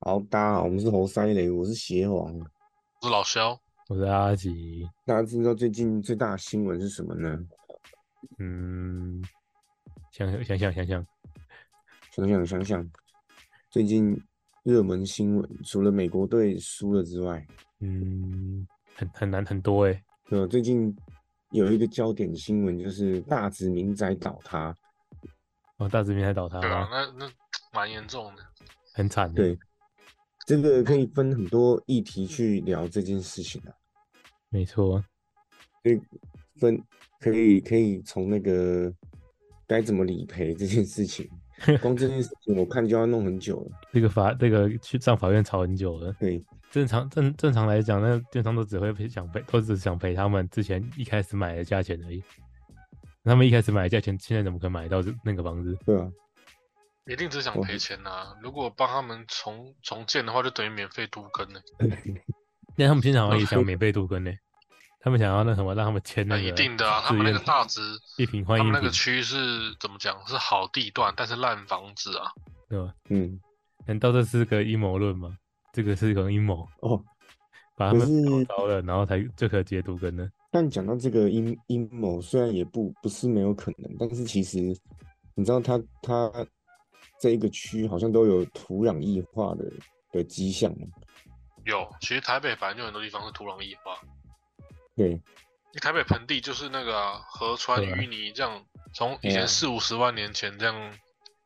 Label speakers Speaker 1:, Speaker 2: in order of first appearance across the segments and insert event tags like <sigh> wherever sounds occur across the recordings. Speaker 1: 好，大家好，我们是猴塞雷，我是邪王。
Speaker 2: 我是老肖，
Speaker 3: 我是阿吉，
Speaker 1: 大家知道最近最大的新闻是什么呢？
Speaker 3: 嗯，想想想想想，
Speaker 1: 想想想想，最近热门新闻除了美国队输了之外，
Speaker 3: 嗯，很很难很多哎、
Speaker 1: 呃，最近有一个焦点新闻就是大直民宅倒塌。
Speaker 3: 哦，大直面还倒塌
Speaker 2: 对啊，
Speaker 3: 吗？
Speaker 2: 那那蛮严重的。
Speaker 3: 很惨欸的。
Speaker 1: 对，这个可以分很多议题去聊这件事情啊，
Speaker 3: 没错，
Speaker 1: 分可以可以从那个该怎么理赔这件事情，光这件事情我看就要弄很久了。
Speaker 3: 这个法这个去上法院吵很久了。
Speaker 1: 对，
Speaker 3: 正常正正常来讲，那电商都只会赔想赔，都只想赔他们之前一开始买的价钱而已。他们一开始买的价钱，现在怎么可能买到这那个房子？
Speaker 1: 对啊， <laughs>
Speaker 2: 一定只想
Speaker 1: 我
Speaker 2: 赔钱呐、如果帮他们重重建的话，就等于免费都跟呢、
Speaker 3: 但他们现在好像也想免费度跟呢、他们想要那什么，让他们签
Speaker 2: 那
Speaker 3: 那个
Speaker 2: 一定的啊，他
Speaker 3: 自
Speaker 2: 们那个
Speaker 3: 愿
Speaker 2: 大直，
Speaker 3: 一平
Speaker 2: 他
Speaker 3: 换一
Speaker 2: 们
Speaker 3: 平
Speaker 2: 那，个区是怎么讲？是好地段，但是烂房子啊。
Speaker 3: 对吧？
Speaker 1: 嗯，
Speaker 3: 难道这是个阴谋论吗？这个是一个阴谋。
Speaker 1: 哦，
Speaker 3: 把他
Speaker 1: 可
Speaker 3: 们
Speaker 1: 是
Speaker 3: 搞糟了，然后才就可截图跟呢。
Speaker 1: 但讲到这个阴阴谋，虽然也不不是没有可能，但是其实你知道它它这一个区好像都有土壤异化的的迹象嘛？
Speaker 2: 有，其实台北本来就很多地方是土壤异化，
Speaker 1: 对，
Speaker 2: 台北盆地就是那个啊，河川
Speaker 3: 对啊
Speaker 2: 淤泥这样，从以
Speaker 1: 对啊
Speaker 2: 前四五十万年前这样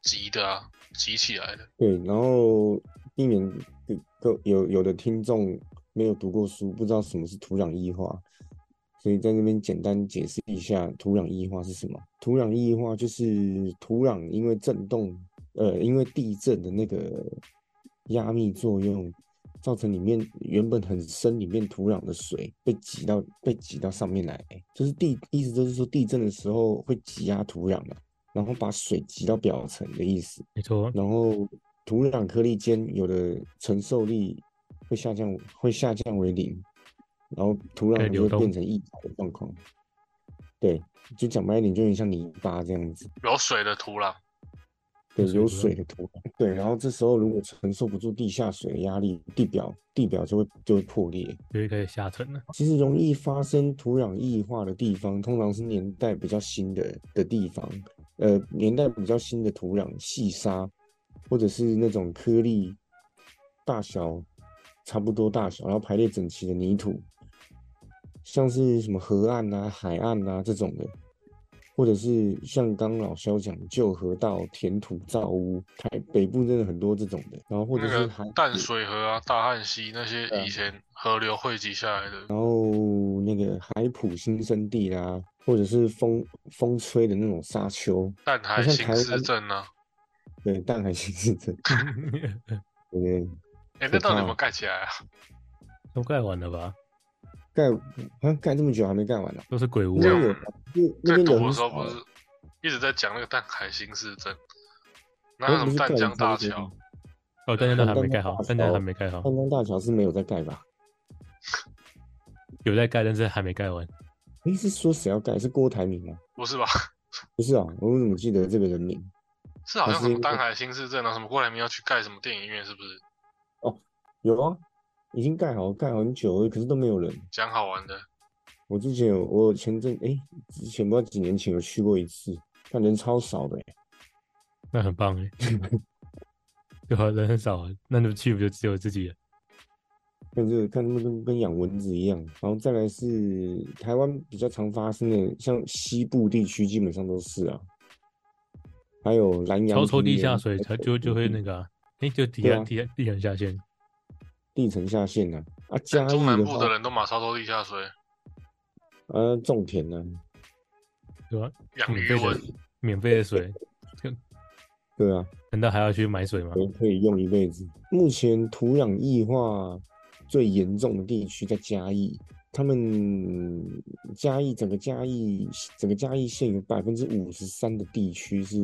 Speaker 2: 集的啊，集起来的。
Speaker 1: 对，然后避免各各有有的听众没有读过书，不知道什么是土壤异化，所以在这边简单解释一下土壤异化是什么。土壤异化就是土壤因为震动，呃，因为地震的那个压密作用，造成里面原本很深里面土壤的水被挤到被挤到上面来，就是地意思就是说地震的时候会挤压土壤嘛，然后把水挤到表层的意思。
Speaker 3: 没错，
Speaker 1: 然后土壤颗粒间有的承受力会下降，会下降为零，然后土
Speaker 3: 开始
Speaker 1: 壤就
Speaker 3: 流
Speaker 1: 会变
Speaker 3: 动
Speaker 1: 成液态的状况。对，就讲白一点，就有点像泥巴这样子，
Speaker 2: 有水的土壤，
Speaker 1: 对，
Speaker 3: 水
Speaker 1: 有
Speaker 3: 土壤
Speaker 1: 水的土壤。对，然后这时候如果承受不住地下水的压力，地表地表就会就会破裂。
Speaker 3: 就会开始下沉了。 <laughs>
Speaker 1: 其实容易发生土壤异化的地方，通常是年代比较新的的地方，呃，年代比较新的土壤、细沙，或者是那种颗粒大小差不多大小，然后排列整齐的泥土，像是什么河岸啊、海岸啊这种的，或者是像刚老肖讲旧河道、填土造屋，台北部真的很多这种的，然后或者
Speaker 2: 那
Speaker 1: 是
Speaker 2: 个
Speaker 1: 海
Speaker 2: 淡水河啊、大汉溪那些
Speaker 1: 对啊
Speaker 2: 以前河流汇集下来的，
Speaker 1: 然后那个海普新生地啦，或者是风风吹的那种沙丘，
Speaker 2: 淡海
Speaker 1: 像
Speaker 2: 新
Speaker 1: 台
Speaker 2: 市
Speaker 1: 湾
Speaker 2: 镇啊。
Speaker 1: 对，淡海新市镇，对 <laughs> 对，
Speaker 2: 哎、那到底有
Speaker 1: 可怕
Speaker 2: 没有盖起来啊？
Speaker 3: 都盖完了吧？
Speaker 1: 盖啊盖这么久还没盖完呢、
Speaker 3: 都是鬼屋
Speaker 1: 那
Speaker 3: 啊
Speaker 2: 这
Speaker 1: 边有，
Speaker 2: 样
Speaker 1: 那那
Speaker 2: 在
Speaker 1: 边
Speaker 2: 读
Speaker 1: 有
Speaker 2: 的
Speaker 1: 很
Speaker 2: 时候
Speaker 1: 少
Speaker 2: 不
Speaker 1: 欸，
Speaker 2: 是一直在讲那个淡海新市镇，哪有
Speaker 1: 那
Speaker 2: 什
Speaker 1: 不
Speaker 2: 么
Speaker 1: 是盖
Speaker 2: 淡江
Speaker 1: 完才
Speaker 2: 大
Speaker 1: 会决
Speaker 2: 桥
Speaker 1: 定？
Speaker 3: 哦，丹江
Speaker 1: 那
Speaker 3: 大还没盖好，
Speaker 1: 丹江大桥
Speaker 3: 丹江还没盖好，
Speaker 1: 淡江大桥是没有在盖吧？
Speaker 3: 有在盖，但是还没盖完。
Speaker 1: 诶，是说谁要盖？是郭台铭吗？
Speaker 2: 不是吧？ <laughs>
Speaker 1: 不是啊，我怎么记得这个人名？
Speaker 2: 是好
Speaker 1: 它
Speaker 2: 像
Speaker 1: 是
Speaker 2: 什
Speaker 1: 一
Speaker 2: 么
Speaker 1: 个
Speaker 2: 淡海新市镇啊，什么郭台铭要去盖什么电影院，是不是？
Speaker 1: 有啊，已经盖好，盖好很久了，可是都没有人。
Speaker 2: 讲好玩的，
Speaker 1: 我之前有，我前阵诶，之前不知道几年前有去过一次，但人超少的欸、
Speaker 3: 那
Speaker 1: <laughs>
Speaker 3: 很棒哎， <laughs> 对啊，人很少啊，那你们去不就只有自己了？
Speaker 1: 看这个，看他们跟跟养蚊子一样，然后再来是台湾比较常发生的，像西部地区基本上都是啊，还有南洋
Speaker 3: 超抽
Speaker 1: 平
Speaker 3: 地下
Speaker 1: 原
Speaker 3: 水，
Speaker 1: 还
Speaker 3: 它
Speaker 1: 有
Speaker 3: 就就会那
Speaker 1: 地
Speaker 3: 个啊，哎，就底
Speaker 1: 对
Speaker 3: 下
Speaker 1: 啊
Speaker 3: 底下地层下陷，
Speaker 1: 地层下陷啊，啊嘉
Speaker 2: 但
Speaker 1: 义
Speaker 2: 中南
Speaker 1: 的
Speaker 2: 部的
Speaker 1: 话，
Speaker 2: 人都马上都地下水
Speaker 1: 呃种田呢、
Speaker 3: 对吧？
Speaker 1: 嗯
Speaker 2: 养
Speaker 3: 免
Speaker 2: 鱼
Speaker 3: 费
Speaker 2: 文
Speaker 3: 的，免费的水，
Speaker 1: 对啊，
Speaker 3: 难道还要去买水吗？
Speaker 1: 可可以用一辈子。目前土壤异化最严重的地区在嘉义，他们嘉义整个嘉义整个嘉义县有百分之五十三的地区是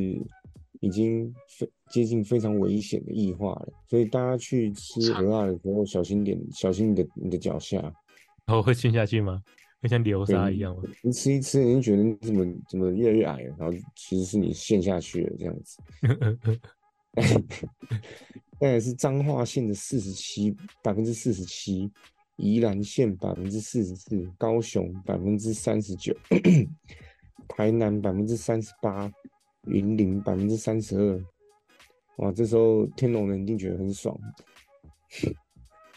Speaker 1: 已经非接近非常危险的异化了，所以大家去吃
Speaker 2: 惨
Speaker 1: 鹅啊的时候小心点，小心你的你的脚下，
Speaker 3: 然后会陷下去吗？会像流沙一样吗？
Speaker 1: 你吃一吃你就觉得你怎么怎么越来越矮了，然后其实是你陷下去了这样子。再来是彰化县的四十七百分之四十七，宜兰县百分之四十四，高雄百分之三十九，台南百分之三十八，云林百分之三十二。哇，这时候天龙人一定觉得很爽，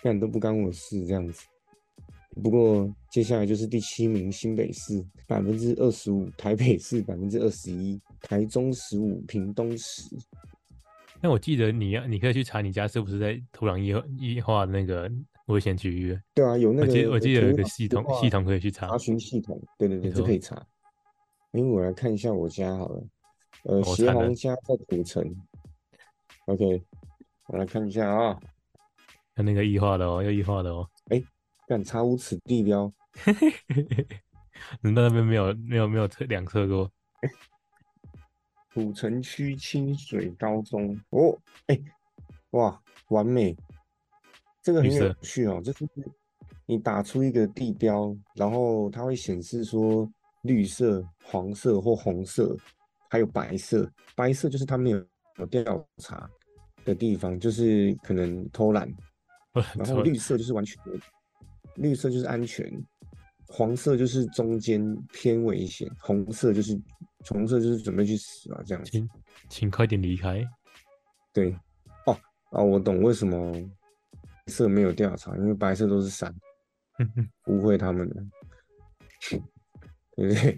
Speaker 1: 但都不干我事这样子。不过接下来就是第七名新北市百分之二十五，台北市百分之二十一，台中十五，屏东十。
Speaker 3: <laughs> 但我记得你要，你可以去查你家是不是在土壤异异化那个危险区域。
Speaker 1: 对啊，有那
Speaker 3: 我
Speaker 1: 个
Speaker 3: 记得我记得有一
Speaker 1: 土
Speaker 3: 个
Speaker 1: 壤
Speaker 3: 系
Speaker 1: 固
Speaker 3: 统
Speaker 1: 化
Speaker 3: 系统可以去查。
Speaker 1: 查询系统，对对对，
Speaker 3: 啊没
Speaker 1: 这
Speaker 3: 错
Speaker 1: 可以查。因为我来看一下我家好了，呃，
Speaker 3: 我
Speaker 1: 协
Speaker 3: 哦惨了
Speaker 1: 皇家在土城。OK，我来看一下啊，
Speaker 3: 看那个异化的哦，要异化的哦。
Speaker 1: 干查无此地标，
Speaker 3: 你到那边没有没有没有测量测过？
Speaker 1: 土城区清水高中哦，哎、哇，完美！这个很
Speaker 3: 绿
Speaker 1: 有
Speaker 3: 色
Speaker 1: 趣哦，就是你打出一个地标，然后它会显示说绿色、黄色或红色，还有白色。白色就是他们有有调查的地方，就是可能偷懒，
Speaker 3: 我很
Speaker 1: 然
Speaker 3: 错
Speaker 1: 后，绿色就是完全，绿色就是安全，黄色就是中间偏危险，红色就是红色就是准备去死啊这样子。
Speaker 3: 请请快点离开。
Speaker 1: 对，哦啊，我懂为什么白色没有调查，因为白色都是山，
Speaker 3: <laughs>
Speaker 1: 误会他们了，对不对？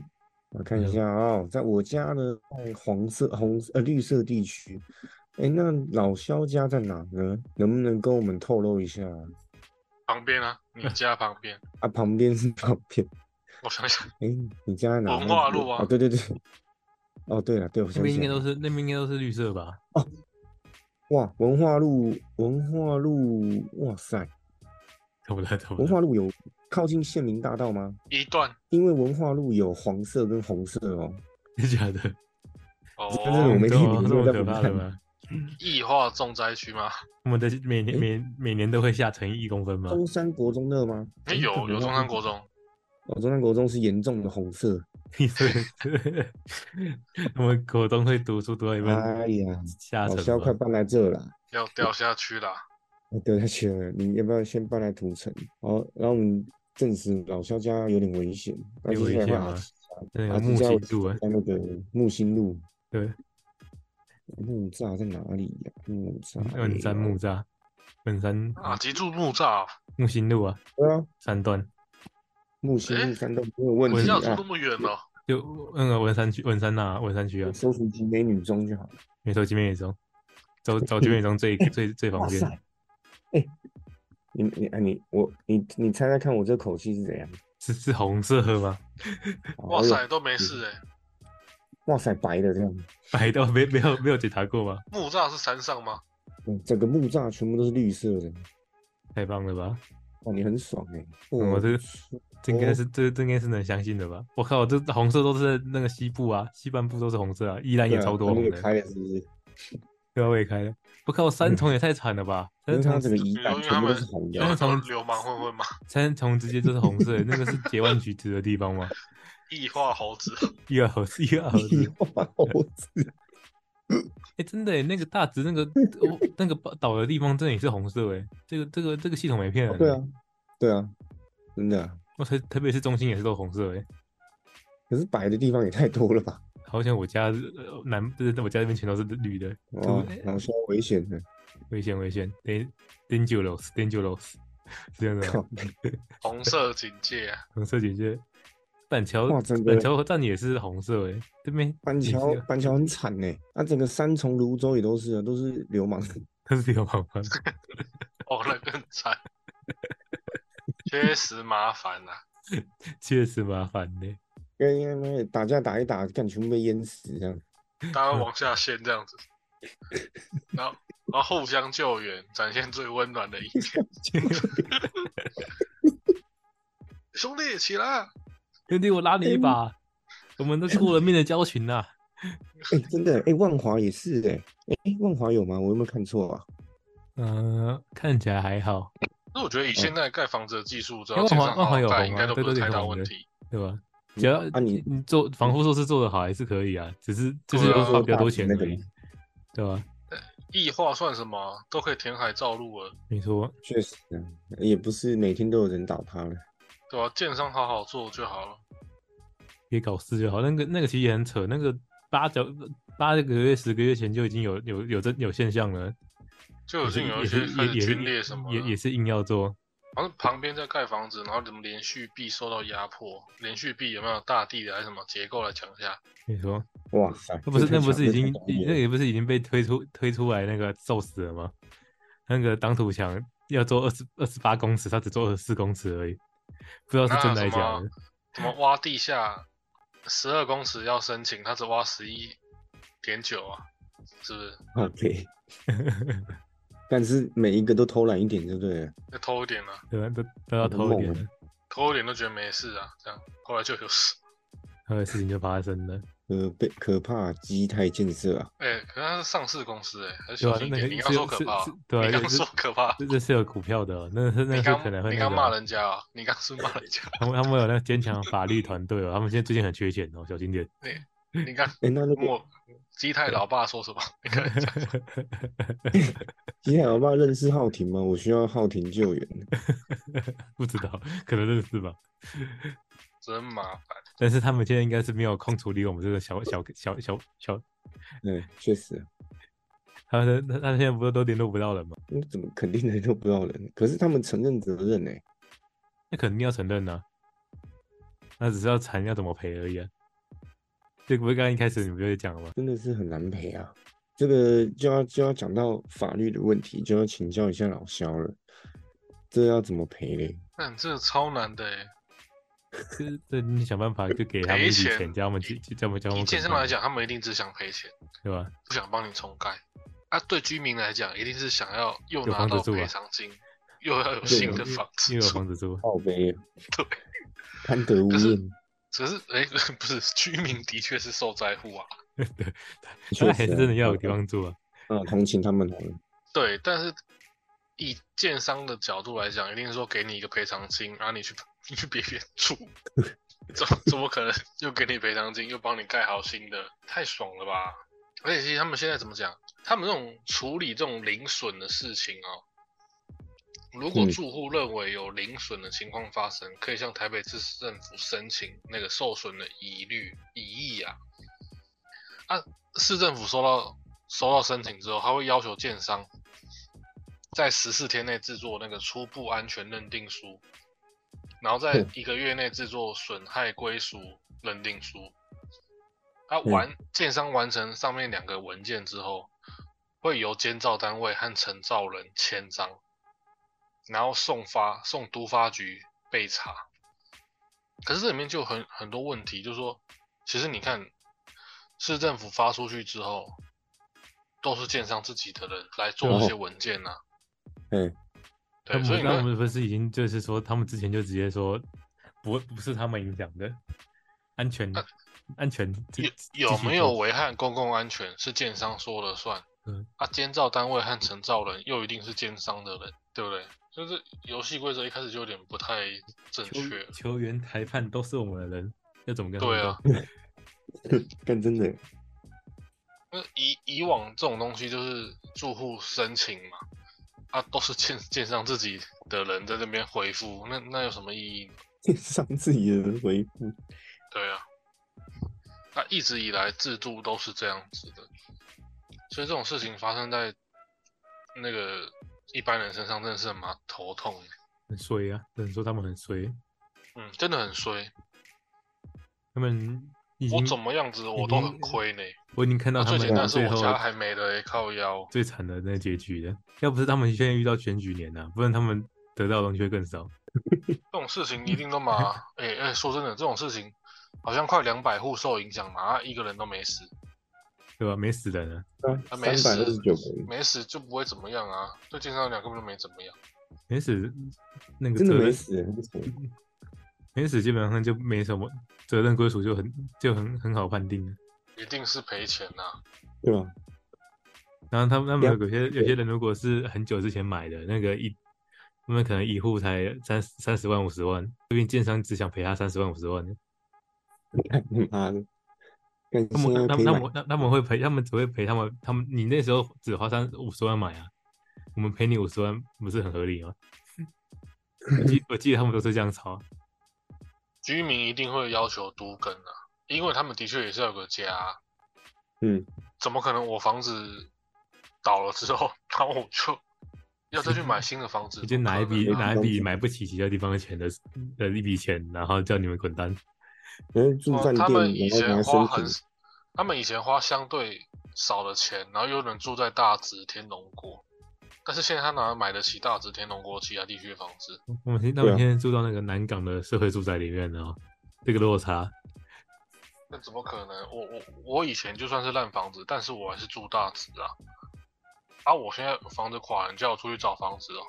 Speaker 1: 我看一
Speaker 3: 嗯
Speaker 1: 下啊、在我家的在黄色、红呃绿色地区，哎，那老肖家在哪呢？能不能跟我们透露一下啊
Speaker 2: 旁边啊，你家旁边，
Speaker 1: 啊？旁边是旁边，
Speaker 2: 我想想，
Speaker 1: 哎，你家在哪？
Speaker 2: 文化路啊
Speaker 1: 哦，对对对，哦，对了，对，我
Speaker 3: 那
Speaker 1: 想
Speaker 3: 边
Speaker 1: 起
Speaker 3: 应该
Speaker 1: 来
Speaker 3: 都
Speaker 1: 了，
Speaker 3: 是那边应该都是绿色吧？
Speaker 1: 哇，文化路，文化路，哇塞，
Speaker 3: 差不多差不
Speaker 1: 文
Speaker 3: 多。
Speaker 1: 化路有靠近县民大道吗？
Speaker 2: 一段
Speaker 1: <laughs> 因为文化路有黄色跟红色哦，
Speaker 3: 真假
Speaker 1: <laughs>
Speaker 3: 的？
Speaker 2: 哦，
Speaker 1: 真的我没
Speaker 3: 这
Speaker 1: 听
Speaker 3: 么
Speaker 1: 你
Speaker 3: 这
Speaker 1: 说
Speaker 3: 么
Speaker 1: 在
Speaker 3: 可
Speaker 1: 武
Speaker 3: 怕
Speaker 1: 汉
Speaker 3: 的吗？
Speaker 2: 异化重灾区吗？ <laughs>
Speaker 3: 我们的每年每每年都会下沉一
Speaker 1: <laughs>
Speaker 3: 公分吗？
Speaker 1: 中山国中那吗？
Speaker 2: 哎，
Speaker 1: 诶
Speaker 2: 有有中山国，
Speaker 1: 怎么
Speaker 2: 中，
Speaker 1: 会哦，中山国中是严重的红色。
Speaker 3: 你说 <laughs> 我们果冻会读书读到一半
Speaker 1: 哎呀，
Speaker 3: 下
Speaker 1: 老
Speaker 3: 沉
Speaker 1: 肖
Speaker 3: 吗
Speaker 1: 快搬来这啦！ <laughs>
Speaker 2: 要掉下去啊啦。
Speaker 1: 我掉下去了，你要不要先搬来土城？好，然后我们证实老肖家有点危险，那
Speaker 3: 有
Speaker 1: 接下
Speaker 3: 危
Speaker 1: 来
Speaker 3: 险
Speaker 1: 换
Speaker 3: 吗
Speaker 1: 阿吉
Speaker 3: 那
Speaker 1: 家
Speaker 3: 个
Speaker 1: 阿吉
Speaker 3: 木
Speaker 1: 家我
Speaker 3: 星路啊
Speaker 1: 在那个木星路，
Speaker 3: 对，
Speaker 1: 木栅在哪里呀、木栅，哎
Speaker 3: 本山木栅，本山
Speaker 2: 啊，
Speaker 1: 嗯
Speaker 2: 脊柱木栅哦，
Speaker 3: 木星路啊，
Speaker 1: 对啊，
Speaker 3: 三段
Speaker 1: 木星
Speaker 2: 诶
Speaker 1: 路山洞没有问
Speaker 2: 哎我
Speaker 1: 题
Speaker 2: 要住
Speaker 1: 啊
Speaker 2: 那，么远哦，
Speaker 3: 就那个文山区，文山呐，文山区啊，
Speaker 1: 收拾集美女中就好了。
Speaker 3: 没错，集美女中，走走集美女中最最最方
Speaker 1: 哇
Speaker 3: 便
Speaker 1: 塞，，哎、你你哎你我你你猜猜看我这口气是怎样？
Speaker 3: 是是红色吗？
Speaker 2: 哇
Speaker 1: 哎呦
Speaker 2: 塞，都没事哎。
Speaker 1: 哇塞，白的这样，
Speaker 3: 白到没没有没有检查过吗？
Speaker 2: 木栅是山上吗？
Speaker 1: 嗯整个木栅全部都是绿色的，
Speaker 3: 太棒了吧！
Speaker 1: 哇，你很爽哎、
Speaker 3: 嗯我这个
Speaker 1: 去
Speaker 3: 这应该
Speaker 1: 哦
Speaker 3: 是这这应该是能相信的吧？我靠，这红色都是那个西部啊，西半部都是红色啊，依然
Speaker 1: 对
Speaker 3: 也
Speaker 1: 啊
Speaker 3: 超多
Speaker 1: 他们
Speaker 3: 红
Speaker 1: 给
Speaker 3: 的，
Speaker 1: 开了是不是？
Speaker 3: 对啊，我也开了。我靠，三重也太惨了吧！
Speaker 1: 因
Speaker 3: 三
Speaker 1: 为他
Speaker 3: 重
Speaker 1: 整个
Speaker 3: 直
Speaker 1: 仪
Speaker 2: 因
Speaker 1: 版
Speaker 2: 为
Speaker 1: 全
Speaker 2: 他
Speaker 1: 部都
Speaker 2: 们
Speaker 1: 是红
Speaker 2: 因
Speaker 1: 的
Speaker 2: 为
Speaker 3: 然后
Speaker 1: 啊，
Speaker 2: 他们
Speaker 3: 从
Speaker 2: 流氓混混 <laughs> 嘛，
Speaker 3: 三重直接就是红色的，那个是截弯曲直的地方吗？
Speaker 2: 异化猴子， <laughs>
Speaker 3: <laughs> 一个猴子，一个猴子，
Speaker 1: <laughs> 你画猴子，
Speaker 3: 哎、真的耶，那个大
Speaker 1: <laughs>
Speaker 3: 直那个哦那个岛岛的地方，真的也是红色哎，这个这个这个系统没骗人、
Speaker 1: 对啊，，对啊，真的啊、
Speaker 3: 我特特别是中心也是都红色哎，
Speaker 1: 可是白的地方也太多了吧？
Speaker 3: 好像我家呃南不是我家这边全都是绿的，
Speaker 1: 哇
Speaker 3: 对，
Speaker 1: 老肖危险的，
Speaker 3: 危险危险，dan-，dangerous dangerous，是 <laughs> 这样的吗
Speaker 1: 靠，
Speaker 2: 红色警戒啊，
Speaker 3: 红色警戒，板桥
Speaker 1: 哇真的
Speaker 3: 板桥河站也是红色哎，这边
Speaker 1: 板
Speaker 3: 也是 <laughs> 啊
Speaker 1: 桥板桥很惨呢、那、整个三重、泸州也都是啊，都是流氓。
Speaker 3: 它是流氓吗？
Speaker 2: 哦，那更
Speaker 3: <laughs>
Speaker 2: 惨，确实麻啊烦呐、
Speaker 3: 确实麻烦
Speaker 1: <laughs>
Speaker 3: 呢。 <laughs>
Speaker 1: 跟他妈的打架打一打，干全部被淹死这
Speaker 3: <laughs>
Speaker 1: 样。
Speaker 2: 大家往下陷这样子，然后然后互相救援，展现最温暖的一面。 <laughs> 兄弟，起啊来！
Speaker 3: 兄弟，我拉你一把，我们都是过了命的交情啊呐、
Speaker 1: 哎、真的，哎、万华也是哎、哎、万华有吗？我有没有看错啊？
Speaker 3: 嗯、看起来还好，
Speaker 2: 那我觉得以现在盖房子的技术，只要
Speaker 3: 哎
Speaker 2: 建
Speaker 3: 万华
Speaker 2: 商好
Speaker 3: 万华
Speaker 2: 好
Speaker 3: 有
Speaker 2: 盖，
Speaker 3: 红
Speaker 2: 应
Speaker 3: 啊
Speaker 2: 该都
Speaker 3: 对
Speaker 2: 不
Speaker 3: 对
Speaker 2: 是
Speaker 3: 对
Speaker 2: 太大
Speaker 3: 红
Speaker 2: 问
Speaker 3: 的
Speaker 2: 题。
Speaker 3: 对吧？只要
Speaker 1: 啊你
Speaker 3: 你做防护措施做得好，还是可以啊，只是就是
Speaker 2: 对
Speaker 3: 要
Speaker 2: 啊
Speaker 3: 花比较多钱
Speaker 1: 那个
Speaker 3: 而已，对吧？
Speaker 2: 异化算什么啊？都可以填海造陆了，
Speaker 3: 没错，
Speaker 1: 确实啊，也不是每天都有人打趴了。
Speaker 2: 对吧、建商好好做就好了。
Speaker 3: 别搞事就好。那个那个其实也很扯，那个八角八个月十个月前就已经有有有这有现象了，
Speaker 2: 就已
Speaker 3: 也
Speaker 2: 经有一
Speaker 3: 是也
Speaker 2: 些
Speaker 3: 是
Speaker 2: 开始
Speaker 3: 也也是
Speaker 2: 军裂什么
Speaker 3: 也
Speaker 2: 的
Speaker 3: 也是硬要做，
Speaker 2: 好像旁边在盖房子，然后怎么连续壁受到压迫？连续壁有没有大地的还是什么结构来讲一下？
Speaker 3: 没错。
Speaker 1: 哇塞，
Speaker 3: 那不是
Speaker 1: 这太
Speaker 3: 那不
Speaker 1: 强
Speaker 3: 是已
Speaker 1: 这太
Speaker 3: 经
Speaker 1: 强
Speaker 3: 已
Speaker 1: 烈
Speaker 3: 那
Speaker 1: 了
Speaker 3: 也不是已经被推出推出来那个揍死了吗？那个挡土墙要做二十二十八公尺，他只做二十四公尺而已，不知道是真的还是假
Speaker 2: 那
Speaker 3: 的。
Speaker 2: 怎么挖地下十二公尺要申请，他只挖十一点九啊，是不是？
Speaker 3: <laughs>
Speaker 1: OK，但是每一个都偷懒一点，对不对了？
Speaker 2: 再偷一点啊，
Speaker 3: 对吧？都都要
Speaker 1: 很
Speaker 3: 偷一
Speaker 1: 猛
Speaker 3: 点
Speaker 1: 欸
Speaker 3: 了，
Speaker 2: 偷一点都觉得没事啊，这样后来就有事。
Speaker 3: 后来事情就发生了。
Speaker 1: 呃，被可怕基泰建设啊，
Speaker 2: 哎、可是它是上市公司哎、还是小
Speaker 3: 对吧？
Speaker 2: 心一
Speaker 3: 那
Speaker 2: 点。
Speaker 3: 个
Speaker 2: 你
Speaker 3: 是
Speaker 2: 刚说可
Speaker 3: 是
Speaker 2: 怕哦
Speaker 3: 是，对吧？
Speaker 2: 你刚
Speaker 3: 这
Speaker 2: 说可怕，
Speaker 3: 这这是有股票的哦，那是 <laughs> 那
Speaker 2: 你
Speaker 3: 是
Speaker 2: 刚
Speaker 3: 可能会
Speaker 2: 你
Speaker 3: 那
Speaker 2: 刚
Speaker 3: 个
Speaker 2: 骂
Speaker 3: 哦
Speaker 2: 人家啊，你刚是骂人
Speaker 3: <laughs>
Speaker 2: 家，
Speaker 3: 他们他们有那个坚强法律团队哦，他们现在最近很缺钱哦，小心点。
Speaker 2: 你刚
Speaker 1: 哎，那那
Speaker 2: 跟
Speaker 1: 个
Speaker 2: 我
Speaker 3: <laughs>
Speaker 2: 基泰老爸说什么？你看人家
Speaker 1: 基泰老爸认识浩廷吗？我需要浩廷救援。 <laughs>
Speaker 3: 不知道，可能认识吧。
Speaker 2: 真麻烦。
Speaker 3: 但是他们现在应该是没有空处理我们这个小小小小小，
Speaker 1: 对，确实，啊
Speaker 3: 他们他他现在不是都联络不到人吗？
Speaker 1: 那怎么肯定人都不要人？可是他们承认责任呢、
Speaker 3: 那肯定要承认呐、那只是要谈要怎么赔而已啊。这个不是刚刚一开始你们就会讲了吗？
Speaker 1: 真的是很难赔啊。这个就要就要讲到法律的问题，就要请教一下老肖了，这要怎么赔嘞？
Speaker 2: 但这个超难的哎、
Speaker 3: 就是这你想办法就给他们一笔
Speaker 2: 赔钱
Speaker 3: 钱，叫他们去叫他们叫他
Speaker 2: 以
Speaker 3: 们
Speaker 2: 建商
Speaker 3: 滚
Speaker 2: 来
Speaker 3: 蛋
Speaker 2: 讲，
Speaker 3: 啊
Speaker 2: 他们一定只想赔钱，
Speaker 3: 对
Speaker 2: <laughs>
Speaker 3: 吧？
Speaker 2: 不想帮你重盖。啊，对居民来讲，一定是想要又
Speaker 3: 有
Speaker 2: 拿
Speaker 3: 房子
Speaker 2: 到
Speaker 3: 住啊
Speaker 2: 赔偿金，又要有新的房子
Speaker 3: 又有
Speaker 2: 住。
Speaker 3: 房
Speaker 2: <laughs>
Speaker 3: 子住，
Speaker 1: 报备啊
Speaker 2: 对，
Speaker 1: 贪得无
Speaker 2: 可是 <laughs>
Speaker 1: 厌，
Speaker 2: 只是哎、 <laughs> 不是居民的确是受灾户啊。
Speaker 3: 那
Speaker 1: 确实
Speaker 3: 还是
Speaker 1: 啊
Speaker 3: 哎真的要有
Speaker 1: 嗯
Speaker 3: 地方住啊。
Speaker 1: 嗯，同情他们好了。
Speaker 2: 对，但是以建商的角度来讲，一定是说给你一个赔偿金，然后你去 <laughs> 你去别边住，怎么怎么可能又给你赔偿金，又帮你盖好新的，太爽了吧？而且其实他们现在怎么讲，他们这种处理这种零损的事情哦，如果
Speaker 1: 嗯
Speaker 2: 住户认为有零损的情况发生，可以向台北市政府申请那个受损的疑虑疑义啊。啊，市政府收到收到申请之后，他会要求建商在十四天内制作那个初步安全认定书，然后在
Speaker 1: 嗯
Speaker 2: 一个月内制作损害归属认定书。他完、建商完成上面两个文件之后，会由监造单位和承造人签章，然后送发送都发局备查。可是这里面就很很多问题，就是说，其实你看，市政府发出去之后，都是建商自己的人来做
Speaker 1: 对
Speaker 2: 这
Speaker 1: 哦
Speaker 2: 些文件呐、
Speaker 1: 嗯，
Speaker 3: 他
Speaker 2: 对，所以你
Speaker 3: 们那我
Speaker 2: 看，
Speaker 3: 们不是已经就是说，他们之前就直接说，不不是他们影响的，安全、
Speaker 2: 啊
Speaker 3: 安全继
Speaker 2: 有
Speaker 3: 继
Speaker 2: 有
Speaker 3: 续
Speaker 2: 没
Speaker 3: 做
Speaker 2: 有危害公共安全是建商说了算，
Speaker 3: 嗯，
Speaker 2: 啊，监造单位和承造人又一定是建商的人，对不对？就是游戏规则一开始就有点不太正
Speaker 3: 球
Speaker 2: 确了，
Speaker 3: 球员、裁判都是我们的人，要怎么跟他们
Speaker 2: 对啊
Speaker 3: 斗？
Speaker 1: 干真的， <laughs>
Speaker 2: 那以以往这种东西就是住户申请嘛，啊，都是建建商自己的人在这边回复，那那有什么意义呢？
Speaker 1: 上自己的人回复，
Speaker 2: 对啊，那一直以来制度都是这样子的，所以这种事情发生在那个一般人身上，真的是很麻头痛的。
Speaker 3: 很衰啊，只能说他们很衰。
Speaker 2: 嗯，真的很衰，
Speaker 3: 他们已经
Speaker 2: 我怎么样子我都很亏呢。
Speaker 3: 我已经看到
Speaker 2: 那
Speaker 3: 他
Speaker 2: 最简单
Speaker 3: 们
Speaker 2: 的是我
Speaker 3: 后
Speaker 2: 家还没嘞，靠腰。
Speaker 3: 最惨的那个结局的。要不是他们现在遇到选举年啊，不然他们得到的东西会更少。
Speaker 2: 这种事情一定都嘛，
Speaker 3: <laughs>
Speaker 2: 哎哎、说真的，这种事情好像快两百户受影响嘛，啊一个人都没死，
Speaker 3: 对吧？没死人啊，
Speaker 2: 啊
Speaker 1: 三
Speaker 2: 没
Speaker 1: 百二十
Speaker 2: 死
Speaker 1: 九个人，
Speaker 2: 没死就不会怎么样啊，对健康来讲根本就没怎么样。
Speaker 3: 没死那个
Speaker 1: 真的
Speaker 3: 责
Speaker 1: 没
Speaker 3: 任
Speaker 1: 死，很惨。
Speaker 3: 没死基本上就没什么责任归属，就很就很很好判定了。
Speaker 2: 一定是赔钱呐、
Speaker 1: 对吧？ <laughs>
Speaker 3: 然后他们他们
Speaker 1: 了
Speaker 3: 有些有些人如果是很久之前买的那个一，他们可能一户才三三十万五十万，因为建商只想赔他三十万五十万。
Speaker 1: 干他妈的，但现
Speaker 3: 他
Speaker 1: 在
Speaker 3: 们他
Speaker 1: 赔
Speaker 3: 们他
Speaker 1: 满
Speaker 3: 们他他们会赔，他们只会赔他们他们你那时候只花三五十万买啊，我们赔你五十万不是很合理吗？我记我记得他们都是这样吵啊，
Speaker 2: 居民一定会要求都更啊，因为他们的确也是要有个家啊、
Speaker 1: 嗯，
Speaker 2: 怎么可能我房子倒了之后， <laughs> 然后我就要再去买新的
Speaker 3: <laughs>
Speaker 2: 房子？
Speaker 3: 我就拿一
Speaker 2: 不可能
Speaker 3: 笔
Speaker 1: 有
Speaker 2: 啊
Speaker 3: 拿一
Speaker 1: 东
Speaker 3: 笔
Speaker 1: 西
Speaker 3: 买不起其他地方的钱的的一笔钱，然后叫你们滚蛋。
Speaker 1: 然后住
Speaker 2: 哦
Speaker 1: 饭
Speaker 2: 他们以
Speaker 1: 嗯店，然后
Speaker 2: 前
Speaker 1: 拿
Speaker 2: 花
Speaker 1: 申
Speaker 2: 很
Speaker 1: 请，，
Speaker 2: 他们以前花相对少的钱，然后又能住在大直天龙国，但是现在他哪买得起大直天龙国其他地区的房子？
Speaker 3: 我们现他
Speaker 1: 对
Speaker 3: 们
Speaker 1: 啊
Speaker 3: 现在住到那个南港的社会住宅里面了哦，这个落差，
Speaker 2: 那怎么可能？我我我以前就算是烂房子，但是我还是住大直啊。啊！我现在房子垮了，你叫我出去找房子哦。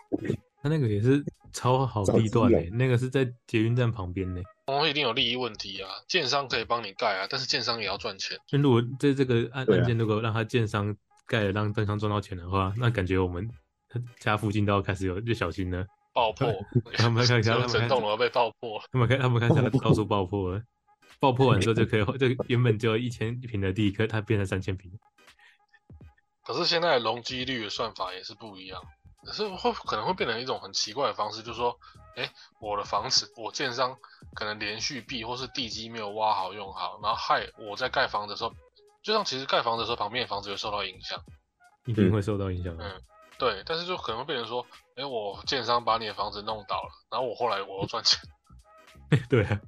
Speaker 3: 他那个也是超好
Speaker 1: 早
Speaker 3: 地
Speaker 1: 期
Speaker 3: 段
Speaker 1: 有
Speaker 3: 嘞、那个是在捷运站旁边嘞、
Speaker 2: 我一定有利益问题啊！建商可以帮你盖啊，但是建商也要赚钱。
Speaker 3: 那如果在这个案
Speaker 1: 对啊
Speaker 3: 案件，如果让他建商盖了，让建商赚到钱的话，那感觉我们他家附近都要开始有就小心了。
Speaker 2: 爆破，
Speaker 3: 他
Speaker 2: <laughs>
Speaker 3: 们看一下他们
Speaker 2: 整栋楼被爆破，
Speaker 3: 他们开他们开始要到处爆破了，爆破完之后就可以，就原本就一千平的地，可它变成三千平。
Speaker 2: 可是现在的容积率的算法也是不一样，可是会可能会变成一种很奇怪的方式，就是说，哎，我的房子，我建商可能连续壁或是地基没有挖好用好，然后害我在盖房子的时候，就像其实盖房子的时候，旁边的房子会受到影响，
Speaker 3: 一定会受到影响啊的。
Speaker 2: 嗯对，但是就可能会变成说，哎，我建商把你的房子弄倒了，然后我后来我又赚钱，
Speaker 3: <laughs> 对啊，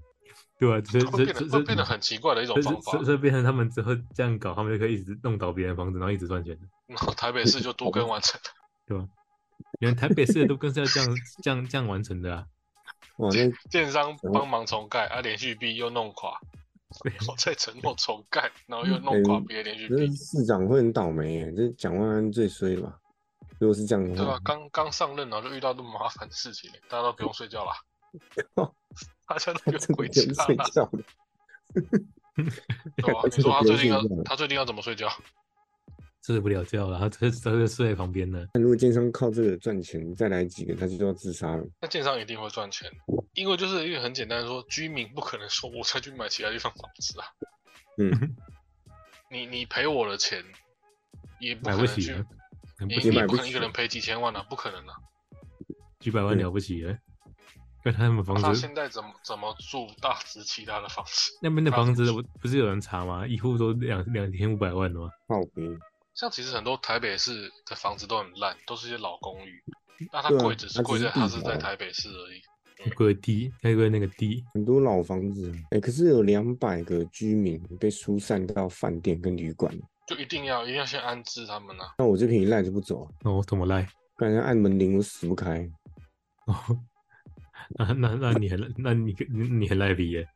Speaker 3: 对啊，这
Speaker 2: 会
Speaker 3: 这
Speaker 2: 变得
Speaker 3: 这这
Speaker 2: 嗯会变得很奇怪的一种
Speaker 3: 这
Speaker 2: 方法
Speaker 3: 这。这变成他们之后这样搞，他们就可以一直弄倒别人房子，然后一直赚钱的。
Speaker 2: 然后台北市就都跟完成了，
Speaker 3: 连台北市的都更是要
Speaker 2: <laughs>
Speaker 3: 这样这样这样完成的啊！
Speaker 1: 哇，哦那
Speaker 2: 建商帮忙重盖，啊，连续壁又弄
Speaker 1: <laughs>
Speaker 2: 垮，然后 <laughs> 再承诺重盖，然后又弄垮别的连续
Speaker 1: 这
Speaker 2: 壁。
Speaker 1: 市长会很倒霉耶，这蒋万安最衰了吧？如果是这样的
Speaker 2: 对啊
Speaker 1: 话
Speaker 2: 吧？，刚刚上任，然后就遇到这么麻烦的事情，大家都不用睡
Speaker 1: <laughs>
Speaker 2: 觉啦， <laughs> 大家都不
Speaker 1: 他
Speaker 2: 用
Speaker 1: 真
Speaker 2: 回
Speaker 1: 的
Speaker 2: 家
Speaker 1: 就睡
Speaker 2: 啦，
Speaker 1: 觉了， <laughs>
Speaker 2: 对吧？
Speaker 1: 而
Speaker 2: 你
Speaker 1: 且
Speaker 2: 说他
Speaker 1: 不
Speaker 2: 最
Speaker 1: 用
Speaker 2: 近要
Speaker 1: 睡觉
Speaker 2: 他最近要怎么睡觉？
Speaker 3: 睡不了觉了，然后他他就睡在旁边了。
Speaker 2: 嗯
Speaker 1: 那如果奸商靠这个赚钱，再来几个他就要自杀了。
Speaker 2: 那建商一定会赚钱，因为就是一个很简单的说，居民不可能说我再去买其他地方房子啊。
Speaker 1: 嗯，
Speaker 2: <laughs> 你你赔我的钱，也不
Speaker 3: 买
Speaker 2: 可
Speaker 3: 不
Speaker 2: 能
Speaker 3: 起
Speaker 2: 去
Speaker 3: 了，，很
Speaker 2: 你
Speaker 1: 也
Speaker 3: 不行
Speaker 2: 你
Speaker 1: 买
Speaker 2: 不
Speaker 1: 不
Speaker 2: 可能一个
Speaker 1: 起
Speaker 2: 人赔几千万啊，不可能啊。
Speaker 3: 几百万了不起了。看他们
Speaker 2: 他
Speaker 3: 房子
Speaker 2: 现在怎么怎么住大直其他的房子？
Speaker 3: 那边的
Speaker 2: 他
Speaker 3: 房子，我不是有人查吗？一户都两两千五百万的吗？
Speaker 1: 靠别。
Speaker 2: 像其实很多台北市的房子都很烂，都是一些老公寓，那它
Speaker 1: 对啊
Speaker 2: 贵只是
Speaker 1: 它只
Speaker 2: 贵
Speaker 1: 是
Speaker 2: 在它
Speaker 1: 地啊
Speaker 2: 是在
Speaker 1: 嘛
Speaker 2: 台北市而已。
Speaker 3: 贵地，太贵那个地，
Speaker 1: 很多老房子，哎、可是有两百个居民被疏散到饭店跟旅馆，
Speaker 2: 就一定要一定要先安置他们啊呐、
Speaker 1: 那我这瓶一赖就不走，啊
Speaker 3: 那哦我怎么赖？
Speaker 1: 不然按门铃我死不开。
Speaker 3: 哦， <laughs> 那那那你很那你你你很赖皮耶！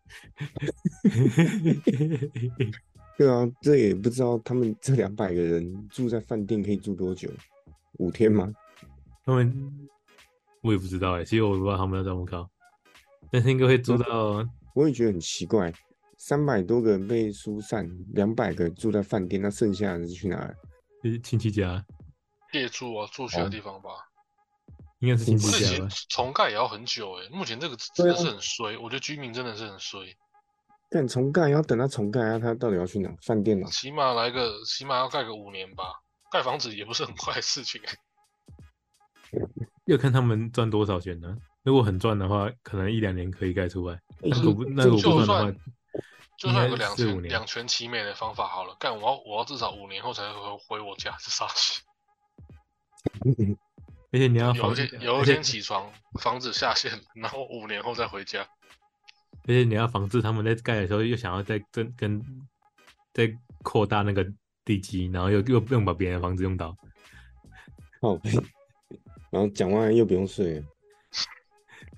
Speaker 1: 对啊，这也不知道他们这两百个人住在饭店可以住多久，五天吗？
Speaker 3: 他们我也不知道哎，其实我不知道他们要怎么搞，但是应该会
Speaker 2: 嗯
Speaker 3: 做到
Speaker 1: 我也觉得很奇怪，三百多个人被疏散，两百个住在饭店，那剩下的是去哪儿？
Speaker 3: 就是亲戚家，
Speaker 2: 借住啊，住其他
Speaker 1: 哦
Speaker 2: 地方吧。
Speaker 3: 应该是亲
Speaker 1: 不
Speaker 3: 戚
Speaker 2: 不是，其
Speaker 3: 家
Speaker 2: 实
Speaker 3: 吧？
Speaker 2: 重盖也要很久诶、目前这个
Speaker 1: 对
Speaker 2: 真的
Speaker 1: 啊
Speaker 2: 是很衰，我觉得居民真的是很衰，
Speaker 1: 但重盖要等他重盖啊，他到底要去哪儿？饭店啊？
Speaker 2: 起码来个起码要盖个五年吧。盖房子也不是很快的
Speaker 1: <laughs>
Speaker 2: 事情、欸，
Speaker 3: 要看他们赚多少钱呢？如果很赚的话，可能一两年可以盖出来；
Speaker 1: 哎
Speaker 3: 那
Speaker 2: 是
Speaker 3: 如果不那如
Speaker 1: 我
Speaker 3: 果
Speaker 2: 嗯就
Speaker 3: 不赚的
Speaker 2: 算
Speaker 3: 话，
Speaker 2: 就算有个
Speaker 3: 应该
Speaker 2: 两
Speaker 3: 四五
Speaker 2: 全
Speaker 3: 年
Speaker 2: 两全其美的方法好了，干我要我要至少五年后才回回我家，是啥事？
Speaker 3: 而且你
Speaker 2: 有
Speaker 3: 要房
Speaker 2: 一天有一
Speaker 3: 而且
Speaker 2: 天起床，房子下线，然后五年后再回家。
Speaker 3: 而且你要防止他们在盖的时候又想要再跟跟再扩大那个地基，然后又又不用把别人的房子用到，
Speaker 1: 靠北然后讲完又不用睡了，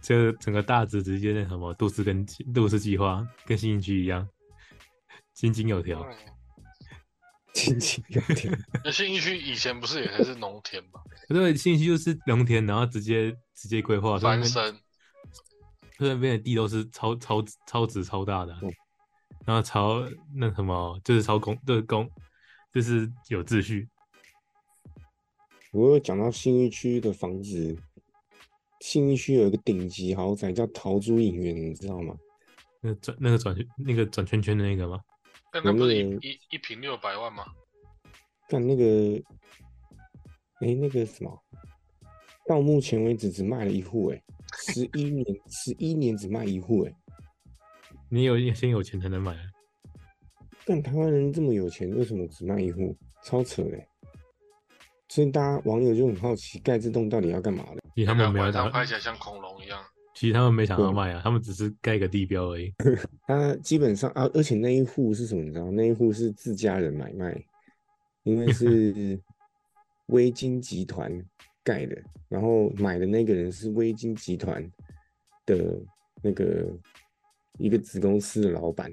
Speaker 3: 这整个大直直接那什么都市跟都市计划跟新营区一样，井井有条。
Speaker 2: 嗯
Speaker 1: 津津有条。
Speaker 2: 那信义区以前不是也还是农田吗？
Speaker 3: 对，新营区就是农田，然后直接直接规划，所以
Speaker 2: 翻
Speaker 3: 那边
Speaker 2: 身，
Speaker 3: 所以那边的地都是超超超值超大的啊、
Speaker 1: 嗯
Speaker 3: 然后超那什么就是超公就是公就是有秩序，
Speaker 1: 我有讲到信义区的房子，信义区有一个顶级豪宅叫桃珠影园，你知道吗？
Speaker 3: 那个转那个转那个转圈圈的那个吗？
Speaker 2: 但那不是
Speaker 1: 有那
Speaker 2: 一一一瓶六百万吗？
Speaker 1: 干那个，哎、那个什么，到目前为止只卖了一户、欸，哎，十一年，十一年只卖一户、欸，哎，
Speaker 3: 你有先有钱才能买啊，
Speaker 1: 但台湾人这么有钱，为什么只卖一户？超扯的、欸。所以大家网友就很好奇，盖这栋到底要干嘛的？
Speaker 3: 因为他
Speaker 2: 那
Speaker 3: 们
Speaker 2: 个
Speaker 3: 没有
Speaker 2: 晚上
Speaker 3: 打，
Speaker 2: 拍起来像恐龙一样，
Speaker 3: 其实他们没想要
Speaker 1: 嗯
Speaker 3: 卖啊，他们只是盖个地标而已。
Speaker 1: 他基本上啊，而且那一户是什么？你知道吗，那一户是自家人买卖，因为是微金集团盖的，然后买的那个人是微金集团的那个一个子公司的老板，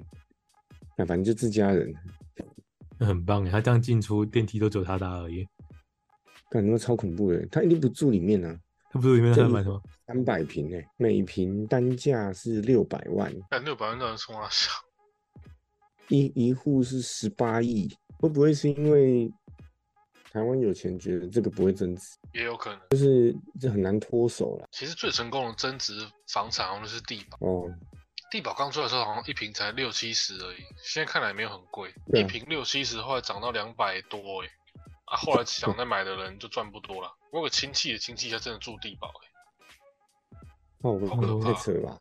Speaker 1: 啊，反正就自家人，
Speaker 3: 那很棒耶，欸他这样进出电梯都只有他搭而已。
Speaker 1: 感觉超恐怖的。他一定不住里面啊，
Speaker 3: 他不是里面
Speaker 1: 这
Speaker 3: 三
Speaker 1: 里
Speaker 3: 百吗？
Speaker 1: 三百平诶，每平单价是六百万，
Speaker 2: 但六百万让人冲啊笑。
Speaker 1: 一一户是十八亿，会不会是因为台湾有钱，觉得这个不会增值？
Speaker 2: 也有可能。
Speaker 1: 这很难脱手了。
Speaker 2: 其实最成功的增值房产好像就是地保，
Speaker 1: 哦，
Speaker 2: 地保刚出来的时候好像一平才六七十而已，现在看来没有很贵，
Speaker 1: 对
Speaker 2: 一
Speaker 1: 啊
Speaker 2: 平六七十，后来涨到两百多哎、啊，后来想再买的人就赚不多了。我有个亲戚的亲戚，他真的住地保哎、
Speaker 1: 那我
Speaker 3: 好可
Speaker 1: 太
Speaker 2: 怕
Speaker 1: 扯了吧？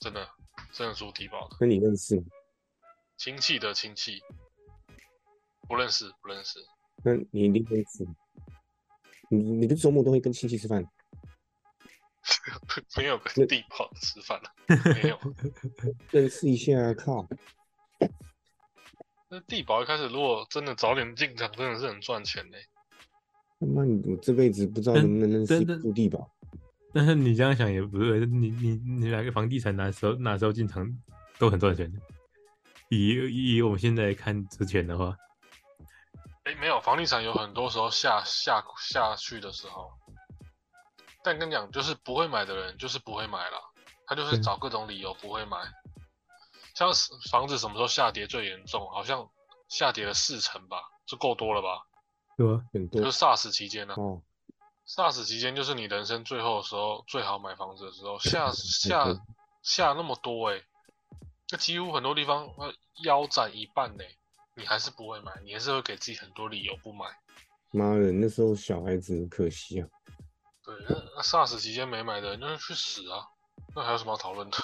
Speaker 2: 真的真的住地保的，
Speaker 1: 那你认识吗？
Speaker 2: 亲戚的亲戚，不认识不认识， <laughs>
Speaker 1: 那你一定认识。你你不是周末都会跟亲戚吃饭？
Speaker 2: 没有跟
Speaker 1: 那
Speaker 2: 地保吃饭了，没有。啊
Speaker 1: 认识一下啊，靠！
Speaker 2: 那地保一开始如果真的早点进场，真的是欸很赚钱嘞、
Speaker 1: 他妈，你我这辈子不知道
Speaker 3: 但
Speaker 1: 能不能认识
Speaker 3: 但
Speaker 1: 一
Speaker 3: 但
Speaker 1: 部地堡。
Speaker 3: 但是你这样想也不对，你你你来个房地产哪时候哪时候进场都很赚钱的。以以我们现在看之前的话，
Speaker 2: 哎，没有，房地产有很多时候下下下去的时候，但跟你讲，就是不会买的人就是不会买了，他就是
Speaker 3: 对
Speaker 2: 找各种理由不会买。像是房子什么时候下跌最严重？好像下跌了四成吧，这够多了吧？
Speaker 3: 对吧？
Speaker 1: 很
Speaker 2: 就
Speaker 1: 多
Speaker 2: 是 SARS 期间呢、啊
Speaker 1: 哦，
Speaker 2: s a r s 期间就是你人生最后的时候，最好买房子的时候，下下
Speaker 1: 嗯
Speaker 2: 下那么多哎、那几乎很多地方呃腰斩一半呢、你还是不会买，你还是会给自己很多理由不买。
Speaker 1: 妈的，那时候小孩子很可惜啊。
Speaker 2: 对，那那 SARS 期间没买的人，那就去死啊！那还有什么好讨论的？